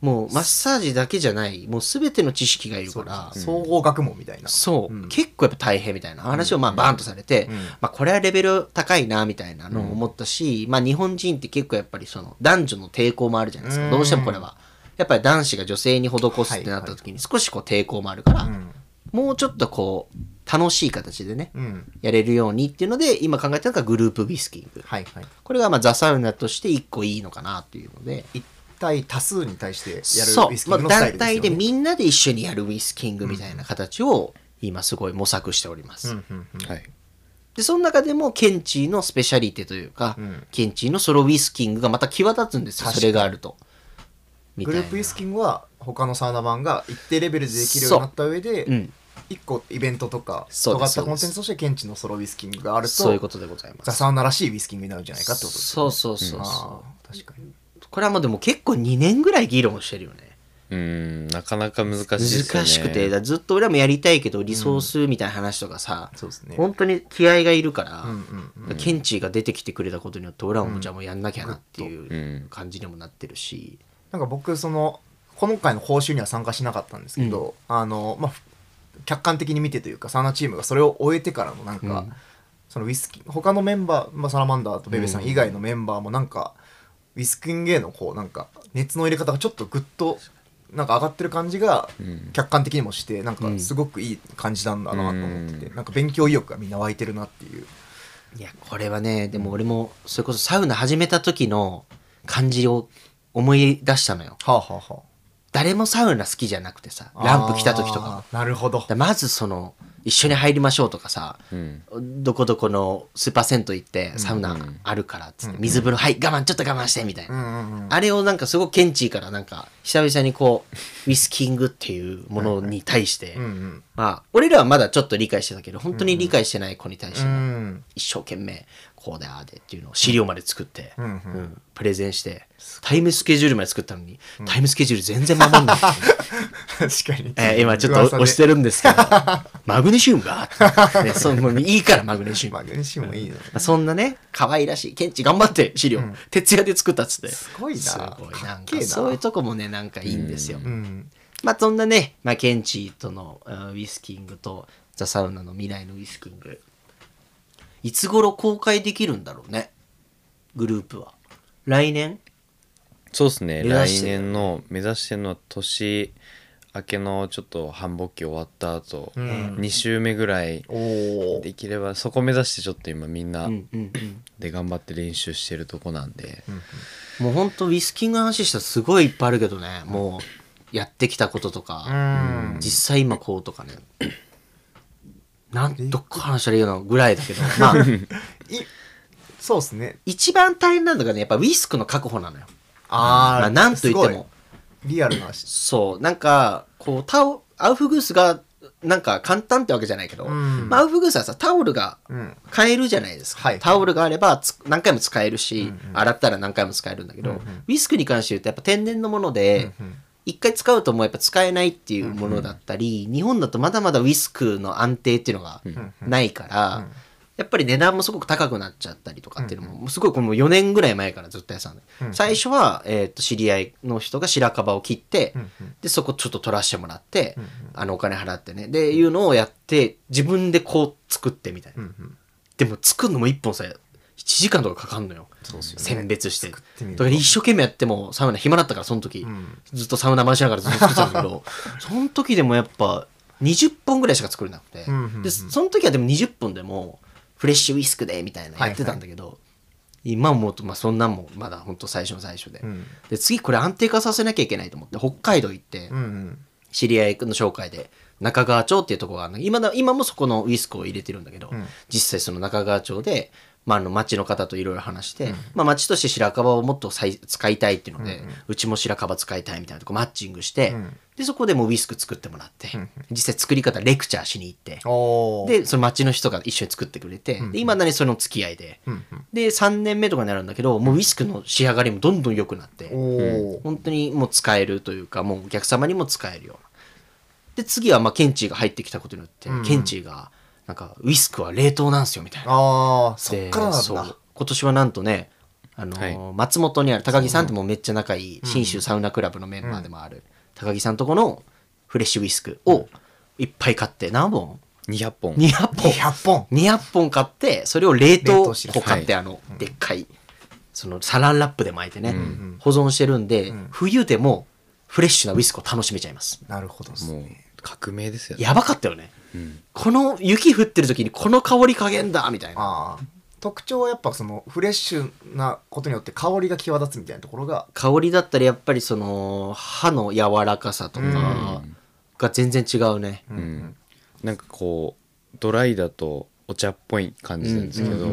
もうマッサージだけじゃないもう全ての知識がいる
そ
か
う
ら
だ総合学問みたいな
そう、
うん
結構やっぱ大変みたいな話をまあバーンとされて、
うん
まあ、これはレベル高いなみたいなのを思ったし、まあ、日本人って結構やっぱりその男女の抵抗もあるじゃないですか、
うん
どうしてもこれはやっぱり男子が女性に施すってなった時に少しこう抵抗もあるから、
うん
もうちょっとこう楽しい形でね
うん
やれるようにっていうので今考えたのがグループウィスキング
はいはい
これがまあザ・サウナとして一個いいのかなっていうので。
一体多数に対してやるウ
そう
ィス、キ
ま
ン
あ、
グのスタイ
団
ルです
体
よ
で
ね
みんなで一緒にやるウィスキングみたいな形を今すごい模索しております。
うんうんうん
はい
で、その中でも、ケンチーのスペシャリテというか、
うん
ケンチーのソロウィスキングがまた際立つんですよ、
確か
それ
に
があると。み
グ
たい
ル
な
ープウィスキングは他のサウナ版が一定レベルでできるようになった上で
うん、
一個イベントとか
そう
尖
で
っ
す
たコンテンツとして現地のソロウィスキングがある
そういう
と
ことでございます。
ザ・サウナらしいウィスキングになるんじゃないかってことです
そうそうそう
あ
そ
あ確かに
う。これはもうでも結構2年ぐらい議論してるよね。
うんなかなか難しい
難
ですよね
しくて、だからずっと俺らもやりたいけど、リソースみたいな話とかさ、
そうですね
本当に気合がいるから、
うんうんうん
ケンチーが出てきてくれたことによって俺らもじゃあもうやんなきゃなって
う
いうん感じにもなってるし、
なんか僕その今回の報酬には参加しなかったんですけど、あのまあふ客観的に見てというかサウナチームがそれを終えてからのなんか、
うん
そのウィスキー他のメンバー、まあ、サラマンダーとベベさん以外のメンバーもなんか、ウィスキングへのこうなんか熱の入れ方がちょっとグッとなんか上がってる感じが
うん
客観的にもしてなん
う
か
ん
すごくいい感じなんだなと思ってて、
うん
なんか勉強意欲がみんな湧いてるなっていう
いやこれはねでも俺もそれこそサウナ始めた時の感じを思い出したのよ
はあはあは
誰もサウナ好きじゃなくてさ
あ
ランプ来た時とかもだか
あーなるほど
らまずその一緒に入りましょうとかさ
うん
どこどこのスーパー銭湯行ってサウナあるからっつって、水風呂はい我慢ちょっと我慢してみたいな
う、んうんうん
あれをなんかすごくケンチーからなんか久々にこうウィスキングっていうものに対して、
うんうん
まあ俺らはまだちょっと理解してたけど本当に理解してない子に対し
う
ても
ん
一生懸命こうでああでっていうのを資料まで作って、
うんうん
うんプレゼンしてタイムスケジュールまで作ったのに、タイムスケジュール全然守 んない、
確かに、
えー今ちょっと
噂で
押してるんですけ どマグネシウムが、ね、そうもういいからマグネシウム、
まあ、原子もいいよね。
そんなね可愛らしいケンチ頑張って資料、徹夜で作ったっつって
すごいな
すごい
か
な
っ
ん
けえ
か
な
そういうとこもねなんかいいんですよ、
うん。
まあそんなね、まあ、ケンチとのうんウィスキングとザ・サウナの未来のウィスキングいつ頃公開できるんだろうねグループは来年
そうですね
目指し
来
てる
年の目指してるのは年明けのちょっと繁忙期終わった後、
ん
2週目ぐらい
おお。
できればそこ目指してちょっと今みんな
うんうんうん
で頑張って練習してるとこなんで、
もうほんとウィスキングの話したらすごいいっぱいあるけどねもうやってきたことと
う
か、
ん。
実際今こうとかねなんどっから話したらいいのぐらいだけど まあ
いそうですね。
一番大変なのがねやっぱウィスクの確保なのよ
あ
まあ、なんといっても。
リアルな話。
そうなんかこうタオアウフグースがなんか簡単ってわけじゃないけど、
うん
まあ、アウフグースはさタオルが
うん。
買えるじゃないですか、
はい
タオルがあればつ何回も使えるし、
うんうん
洗ったら何回も使えるんだけど、
うんうん
ウィスクに関して言うとやっぱ天然のもので、
うんうん
一回使うともうやっぱ使えないっていうものだったり、日本だとまだまだウィスクの安定っていうのが
ん
ないから、
うん
やっぱり値段もすごく高くなっちゃったりとかっていうのも、もうすごいこの4年ぐらい前からずっとやってたんで、
うん
最初は、えー、と知り合いの人が白樺を切って、
うんうん
でそこちょっと取らせてもらって、
うんうん
あのお金払ってねでいうのをやって自分でこう作ってみたいな、
うんうん。
でも作るのも1本さ1時間とかかかんのよ選別して
作ってみる
だ
と
から一生懸命やってもサウナ暇だったからその時、
ん
ずっとサウナ回しながらずっと作ってたんだけ どその時でもやっぱ20本ぐらいしか作れなくて、
うんうんうん
でその時はでも20本でもフレッシュウィスクでみたいなやってたんだけど、今思うと、まあ、そんなんもまだ本当最初の最初で、
うん
で次これ安定化させなきゃいけないと思って北海道行って
うんうん。
知り合いの紹介で中川町っていうところがあるの今だ今もそこのウィスクを入れてるんだけど、
うん
実際その中川町でまあ、あの町の方といろいろ話して、まあ、町として白樺をもっと再使いたいっていうので、うちも白樺使いたいみたいなとこマッチングして、
うん
でそこでもうウィスク作ってもらって、実際作り方レクチャーしに行って、
おー
でその町の人が一緒に作ってくれて、で今なにその付き合いで、
うん
で3年目とかになるんだけどもうウィスクの仕上がりもどんどん良くなって、
うんおー
本当にもう使えるというかもうお客様にも使えるようなで次はまあケンチーが入ってきたことによって、
うん
ケンチーがなんかウイスクは冷凍なんすよみたいな
ああそっ
で
からなん
そ
だ
う今年はなんとねあのー松本にある高木さんってもうめっちゃ仲いい信州サウナクラブのメンバーでもある、高木さんとこのフレッシュウイスクをいっぱい買って何本
200本
?200 本
100本
200本買ってそれを冷
冷
凍
凍してる
庫買ってあのでっかいそのサランラップで巻いてね保存してるんで冬でもフレッシュなウイスクを楽しめちゃいます
なるほどっす
もう革命ですよね
やばかったよねこの雪降ってる時にこの香り加減だみたいな
ああ特徴はやっぱそのフレッシュなことによって香りが際立つみたいなところが
香りだったりやっぱりその歯の柔らかさとかが全然違うね
うんなんかこうドライだとお茶っぽい感じなんですけど、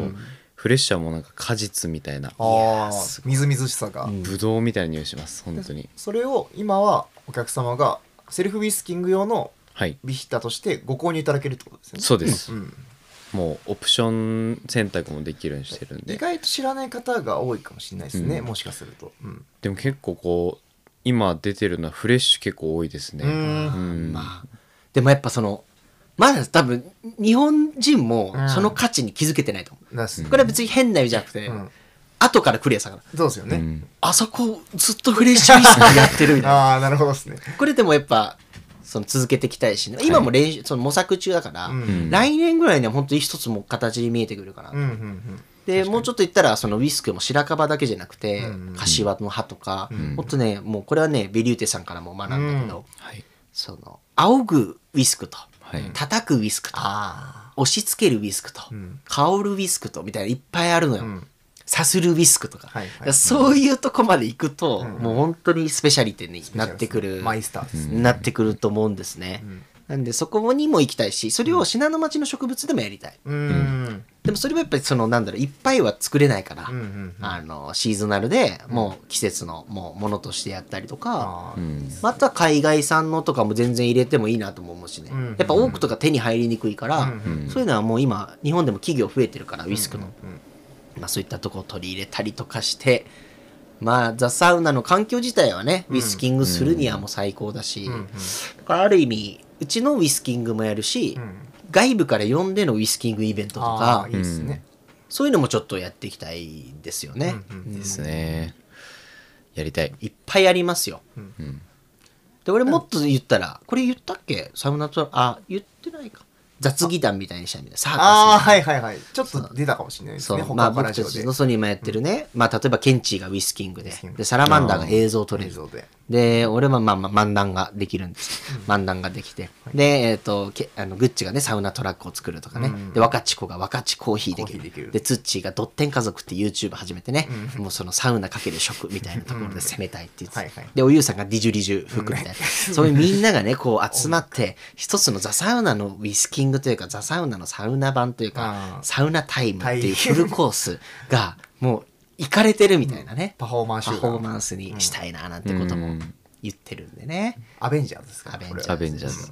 フレッシュはもうなんか果実みたいな
ああみずみずしさが、
ぶどうみたいな匂いします本当に
それを今はお客様がセルフウィスキング用の
はい
ビヒタとしてご購入いただけるってことですよね
そうです、
ん
もうオプション選択もできるようにしてるん
意
で
外と知らない方が多いかもしれないですね、
うん
もしかすると、うん
でも結構こう今出てるのはフレッシュ結構多いですね
う
うんん
まあでもやっぱそのまだ多分日本人も
うん
その価値に気づけてないと思
だし
うこれは別に変な意味じゃなくて
うん
後からクリアさが
そうですよね、
うん
あそこずっとフレッシュウイスクやってるみたいな。
ああなるほどですね
これでもやっぱその続けていきたいし、今も練習、その模索中だから、
うん
来年ぐらいには本当に一つもう形に見えてくるかな。
うんうんうん
で、もうちょっと言ったらそのウイスクも白樺だけじゃなくて、
うん
柏の葉とか、
ん
もっとね、もうこれはね、ベリューテさんからも学んだけど、
うん
はい
その、仰ぐウイスクと、
はい
叩くウイスクと、
あ
押し付けるウィスクと、
うん
香るウィスクとみたいないっぱいあるのよ、
うん
さするウィスクとか,、
はいはい
そういうとこまで行くと、
ん
もう本当にスペシャリテに
あ
なってくる、
マイスターですね、
なってくると思うんですね、なんでそこにも行きたいしそれを信濃町の植物でもやりたい、
うんうん
でもそれはやっぱりそのなんだろういっぱいは作れないから、
うんうん
あのシーズナルでもう季節のもうものとしてやったりとか、
あ
う
ー
ん
また海外産のとかも全然入れてもいいなとも思うしね、
うん
やっぱ多くとか手に入りにくいから、
うん
そういうのはもう今日本でも企業増えてるからウィスクの、
うん
まあ、そういったとこを取り入れたりとかしてまあザ・サウナの環境自体はね、ウィスキングするにはもう最高だし、
うん
だからある意味うちのウィスキングもやるし、
うん
外部から呼んでのウィスキングイベントと
あ
か
ーいいですね、
そういうのもちょっとやっていきたいですよね、
うんうん
うん
ですねやりたい
いっぱいありますよ、
ん
で俺もっと言ったらこれ言ったっけサウナとあ言ってないか雑技団みたいにしたみたいなサーカスみたいな
ああはいはいはいちょっと出たかもしれないです
そ
ね
う、まあ
他のラ
僕
ジ
た
オ
ち
で
のそう今やってるね、まあ例えばケンチーがウィスキングで
スキン、グ
で、サラマンダーが映像を撮れ
映
る
像。で
で、俺はまあまあ漫談ができるんです。漫談ができて。で、えっと、けあのグッチがね、サウナトラックを作るとかね。で、若智子が若智コーヒーでき
コーヒーでき
る。
る
で、ツッチーがドッテン家族って YouTube 始めてね、もうそのサウナかける食みたいなところで攻めたいって言ってた
はいはい
で、おゆうさんがディジュリジュ服みたいな。 そういうみんながね、こう集ま って、一つのザサウナのウィスキングというか、ザサウナのサウナ版というか
あ、ー
サウナタイムっていうフルコースがもう行かれてるみたいなね、
パフォーマンス
パフォーマンスにしたいななんてことも言ってるんでね、
アベンジャーズですか
アベンジャ
アベンジャーズ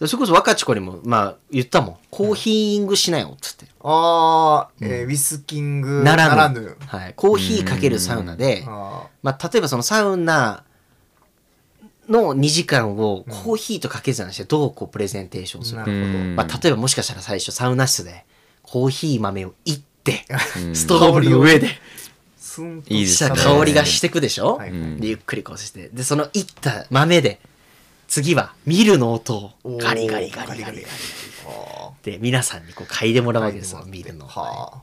でそれこそ若智子にもまあ言ったもんコーヒーイングしなよっつって、
ああ、えーウィスキング
な
な
らぬ
らぬ
はい、コーヒーかけるサウナで、
あ
まあ、例えばそのサウナの2時間をコーヒーと掛け算してどうこうプレゼンテーションする
な
か
う
る
ん
まあ、例えばもしかしたら最初サウナ室でコーヒー豆をいって
うん
ストロボの上で
スンと
いいです
した
ね
香りがしてくでしょ、
はい
うん
でゆっくりこうしてでそのいった豆で次はミルの音をガリガリガリガリガリ
あ
で皆さんにこう嗅いでもら
あ
うわけですよミルの、
はあ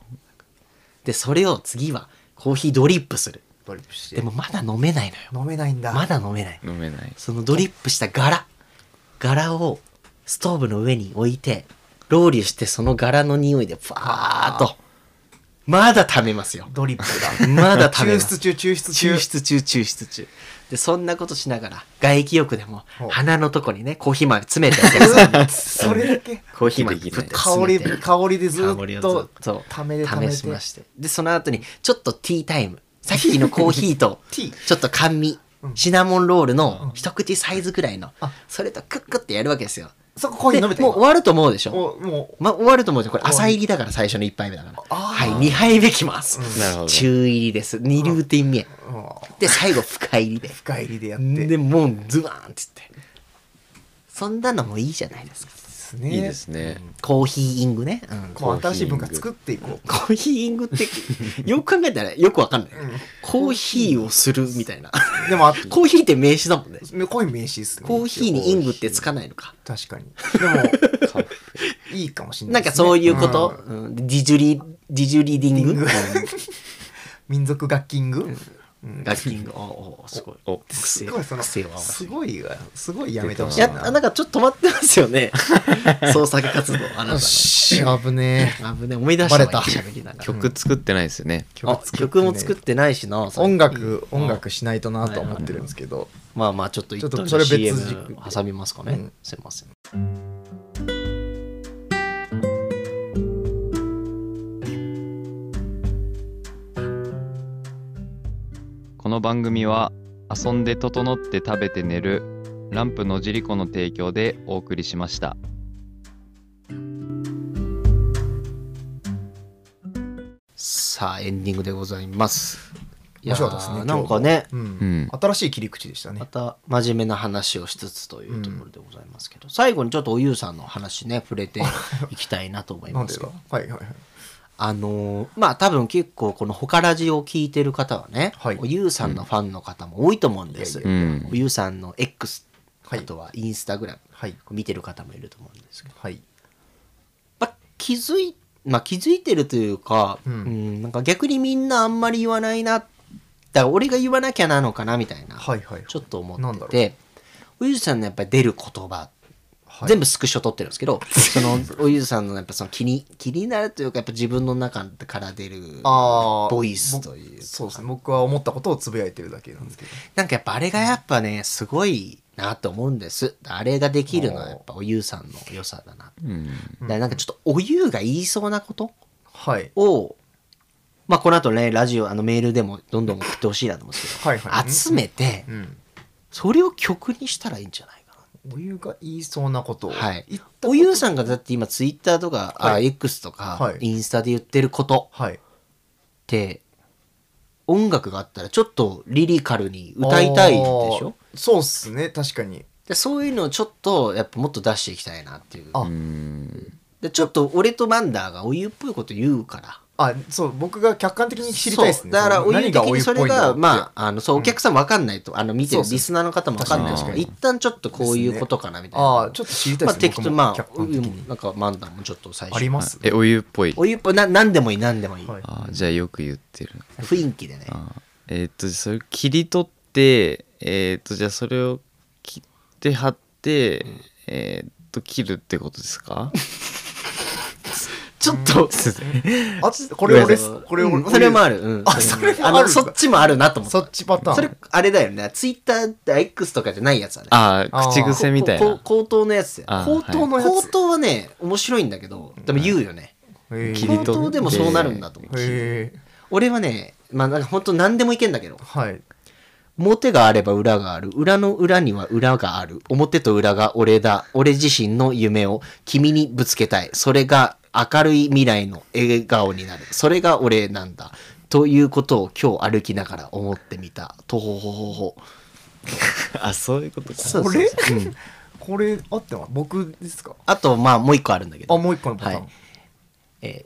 でそれを次はコーヒードリップする
ドリップして
でもまだ飲めないのよ
飲めないんだ
まだ飲めない
飲めない
そのドリップした柄柄をストーブの上に置いてロウリュしてその柄の匂いでファーっとまだ溜めますよ
ドリップだ
まだ溜め
抽
ます
出中抽出中
抽出中抽出中でそんなことしながら外気浴でも
ほう
鼻のとこにねコーヒー豆詰めてお客さんに
それだけ
コーヒーで
でき
ぶ
ない
っと
香り香りでず
香り
っ
をず
と
っと
ためでためて
試しましてでその後にちょっとティータイムさっきのコーヒーと
ティー
ちょっと甘味
うん
シナモンロールの一口サイズぐらいのそれとクックってやるわけですよ
そこコーヒ
で
ー
も
飲
う
めた
終わると思うでしょ
もうも
ま、終わると思うじゃんこれ
終わ
朝
る
入りだから最初の1杯目だから
あ
は
ー
い2杯目きます、
うん
なるほど
中入りです2ルーティン目
ううん
で最後深入りで
深入りでやって
でもうズバーンって言ってそんなのもいいじゃないですか
すね
いいですね、
コーヒーイングね、うん、
もう新しい文化作っていこう
コーヒーイングって よく考えたらよくわかんない、
ん
コーヒーをするみたいな
でもあ
コーヒーって名詞だもんね
コイン名詞ですね
コーヒーにイングってつかないのか
確かに でもいいかもしれ
な
なんい
か
ですね
そういうこと
ん、
うんディジュリディジュリーディング
リング民族楽キングうん
ガッキングおおすごい
お
す
すごいその
癖は
すごいわすごいやめてほし
い
い
や
な
なんかちょっと止まってますよ ね創作活動あなた
よし危ねえ
の危ね思い出したわ
バレた
喋りながら
曲作ってないですよね、
あ曲も作ってないしな最近
音楽音楽しないとなとは思ってるんですけど
まあまあちょっと一
ちょ
旦
っとそれ別
CM
軸で
挟みますかね、
うん
すいません
この番組は遊んで整って食べて寝るランプのじりこの提供でお送りしました
さあエンディングでございます
面白かったです
いや
ね
ーなんかね
う
うんん
新しい切り口でしたね
また真面目な話をしつつというところでございますけど、最後にちょっとおゆうさんの話ね触れていきたいなと思い
なん
ま
です
け
だ
ど
はいはいはい
あのーまあ多分結構この「ほからじ」を聞いてる方はね、
はい
おゆうさんのファンの方も多いと思うんです、
い
うん
おゆうさんの X あ
はい
とはインスタグラム、
はい
見てる方もいると思うんですけど、
はい
まあ、気づいまあ気づいてるというか、う
うんん
なんか逆にみんなあんまり言わないなだから俺が言わなきゃなのかなみたいな、
はいはい
ちょっと思
なん
って
だろ
ておゆうさんのやっぱり出る言葉
はい
全部スクショ撮ってるんですけ ど、そのおゆずさんのやっぱその気に気になるというかやっぱ自分の中から出る
あー
ボイスという
ぼそうですね僕は思ったことをつぶやいてるだけなんですけど
なんかやっぱあれがやっぱねすごいなと思うんですあれができるのはやっぱおゆうさんの良さだな
うん
だからなんかちょっとおゆうが言いそうなこと
はい
をまあこの後ねラジオあのメールでもどんどん送ってほしいなと思うんですけど、
はいはい
集めて
うん
それを曲にしたらいいんじゃないかな
お湯が言いそうなことを
はい
言ったこと
おゆうさんがだって今ツイッターとか、あ
はい
X とか
はい
インスタで言ってること、
はい
って音楽があったらちょっとリリカルに歌いたいでしょ
あーそうっすね確かに
でそういうのをちょっとやっぱもっと出していきたいなっていう
あ
うん
でちょっと俺とマンダーがお湯っぽいこと言うから
あそう僕が客観的に知りたいです
そう
ね
だからお湯
何
的にそれ
お湯っぽいん
が
だろうって
まああのそうお客さんわかんないと、あの見てる
そうそう
リスナーの方もわかんない
確
か
から
に
一旦ちょっとこういうことかなみたいな
ああちょっと知りたい
ま
で
あ
すね、
適当
僕も
まあ
客
お
観
湯
的
も
に
なんかマンダーもちょっと最初
あります
えお湯っぽい
お湯っぽいな何でもいい何でもいい、
はい
あーじゃあよく言ってる
雰囲気でね
あーえーっとそれ切り取ってえーっとじゃあそれを切って貼って、えーっと切るってことです か
ちょっと
あこれ俺です
うん
これ俺、
それもある、うん、
あそれもある
のそっちもあるなと思った
そっちパターン
それあれだよねツイッターって X とかじゃないやつだね
ああ
あー
口癖みたい
こ
な
こ口頭のやつだよ
あー
口頭のやつ、
口頭はね面白いんだけどでも言うよね、
へー
切り取
口頭でもそうなるんだと思う、
へえ
俺はねまあなんか本当何でもいけんだけど
はい
表があれば裏がある裏の裏には裏がある表と裏が俺だ俺自身の夢を君にぶつけたいそれが明るい未来の笑顔になるそれが俺なんだということを今日歩きながら思ってみたとほほほほ
あそういうことか
そう
これ
そうそううん
これ合ってます僕ですか
あとまあもう一個あるんだけど
あもう一個のパター
は
ン、
いえ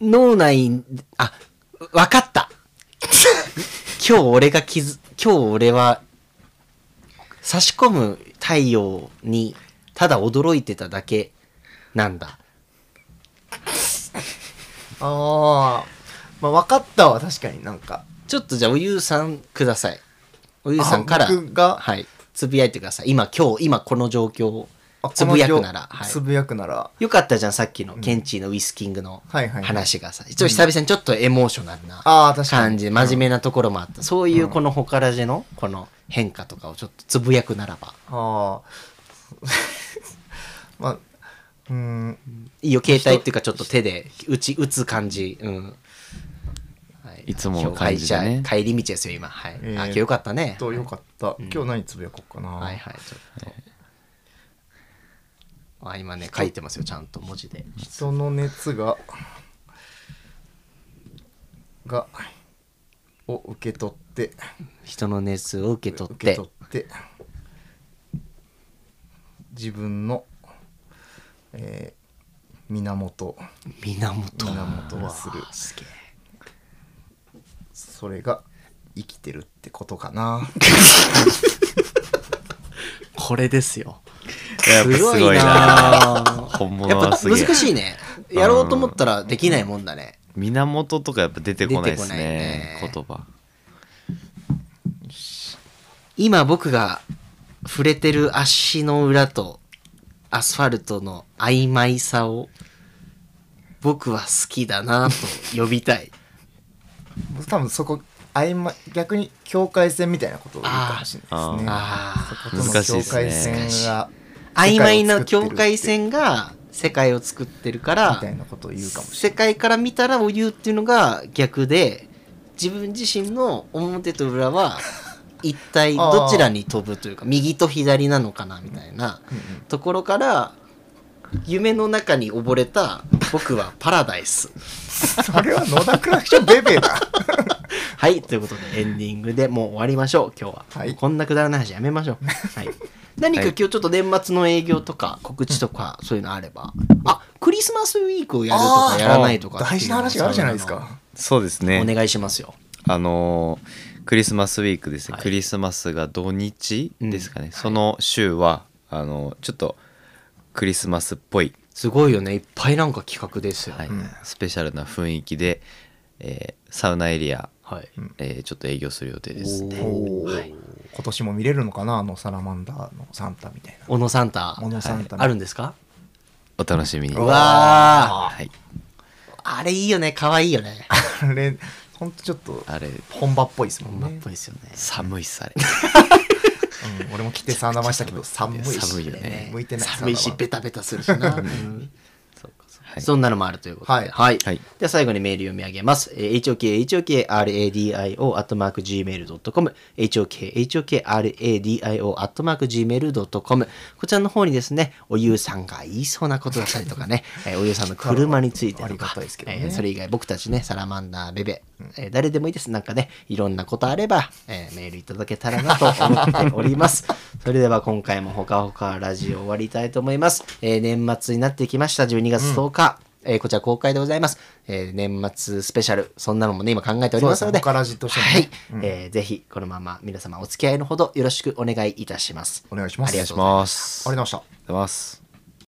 ー脳内あわかった今日俺が気づ今日俺は差し込む太陽にただ驚いてただけなんだ
ああまあ分かったわ確かになんか
ちょっとじゃあおゆうさんくださいおゆうさんから
あ僕が
はい、つぶやいてください今今日今この状況を
あこの
つぶやくなら、
行
はい
つぶやくなら
よかったじゃんさっきのケンチーのウィスキングの
はいはい
話がさ、一応久々にちょっとエモーショナルな
あー確かに
感じ、真面目なところもあったそういうこのほからじのこの変化とかをちょっとつぶやくならば
ああ まあうーん
いいよ携帯っていうかちょっと手で打ち打つ感じうんはい
いつもの感じだね
今日帰り帰り道ですよ今はい、
えー
あ今日よかったね
とよかった今日何つぶやこうかな、
はいはいちょっと、あ今ね書いてますよちゃんと文字で
人の熱ががを受け取って
人の熱を受け取っ
受け
て
取って自分の、えー、源
源
源はする
あーすげえ
それが生きてるってことかな
これですよ
やっぱすごいな 本物
やっぱ
はすげえ
難しいねやろうと思ったらできないもんだね
源とかやっぱ出てこないですね
出て
言葉
今僕が触れてる足の裏とアスファルトの曖昧さを僕は好きだなと呼びた い
多分そこ曖昧逆に境界線みたいなことを言うかもしれないですね
あ
そことの
難しいで
境
すね
界線が
あ曖昧な境界
み
線が世界を作ってるから
たいなことを言うかもし
世界から見たらを言うっていうのが逆で自分自身の表と裏は一体どちらに飛ぶというか右と左なのかなみたいなところから夢の中に溺れた僕はパラダイ ス。
れないそれは野田クラクションベベだ
はい、ということでエンディングでもう終わりましょう、今日は。
はい
こんなくだらない話やめましょう。 はい、何か今日ちょっと年末の営業とか告知とかそういうのあれば。あクリスマスウィー クをやるとかやらないとかっていうのは
大事な話があるじゃないですか
そうです
お
ね
願いしますよ。
あのークリスマスウィークですね、
はい
クリスマスが土日ですかね、その週はあのーちょっとクリスマスっぽい、
すごいよね。いっぱいなんか企画ですよ。
はい
ね
スペシャルな雰囲気で、えーサウナエリア、
はい。
えーちょっと営業する予定ですね
おお、
はい
今年も見れるのかなあのサラマンダーのサンタみたいな
小野サンタ。
小野サンタ
はいあるんですか
お楽しみに
うわ
はい、
ーあれいいよね。かわいいよね。
あれほんとちょっと
あれ
本場っぽいですもん
馬っ
ね、
ぽいですよね。
寒いっすあれ
うん俺も着てサウナ回したけど寒いし
寒いよね
向いてない
寒いし
サウナは
ベタベタするしな、うん
はい
そんなのもあるということで、
はい
はい
はい
では最後にメール読み上げます、えー hokhokradio.gmail.com hokhokradio.gmail.com こちらの方にですねおゆうさんが言いそうなことだったりとかね、えーおゆうさんの車について
あ
と
りが
か
たいですけどね
えーそれ以外僕たちねサラマンダーベベ、えー誰でもいいですなんかねいろんなことあれば、えーメールいただけたらなと思っております それでは今回もほかほかラジオ終わりたいと思います、えー年末になってきました12月10日、えーこちら公開でございます、えー年末スペシャルそんなのもね今考えておりますので
そうですねほかラジとしてもね
はい、
うん
えーぜひこのまま皆様お付き合いのほどよろしくお願いいたします
お願いします
ありがとうございます
します
ありがとうございました
ありがとうございます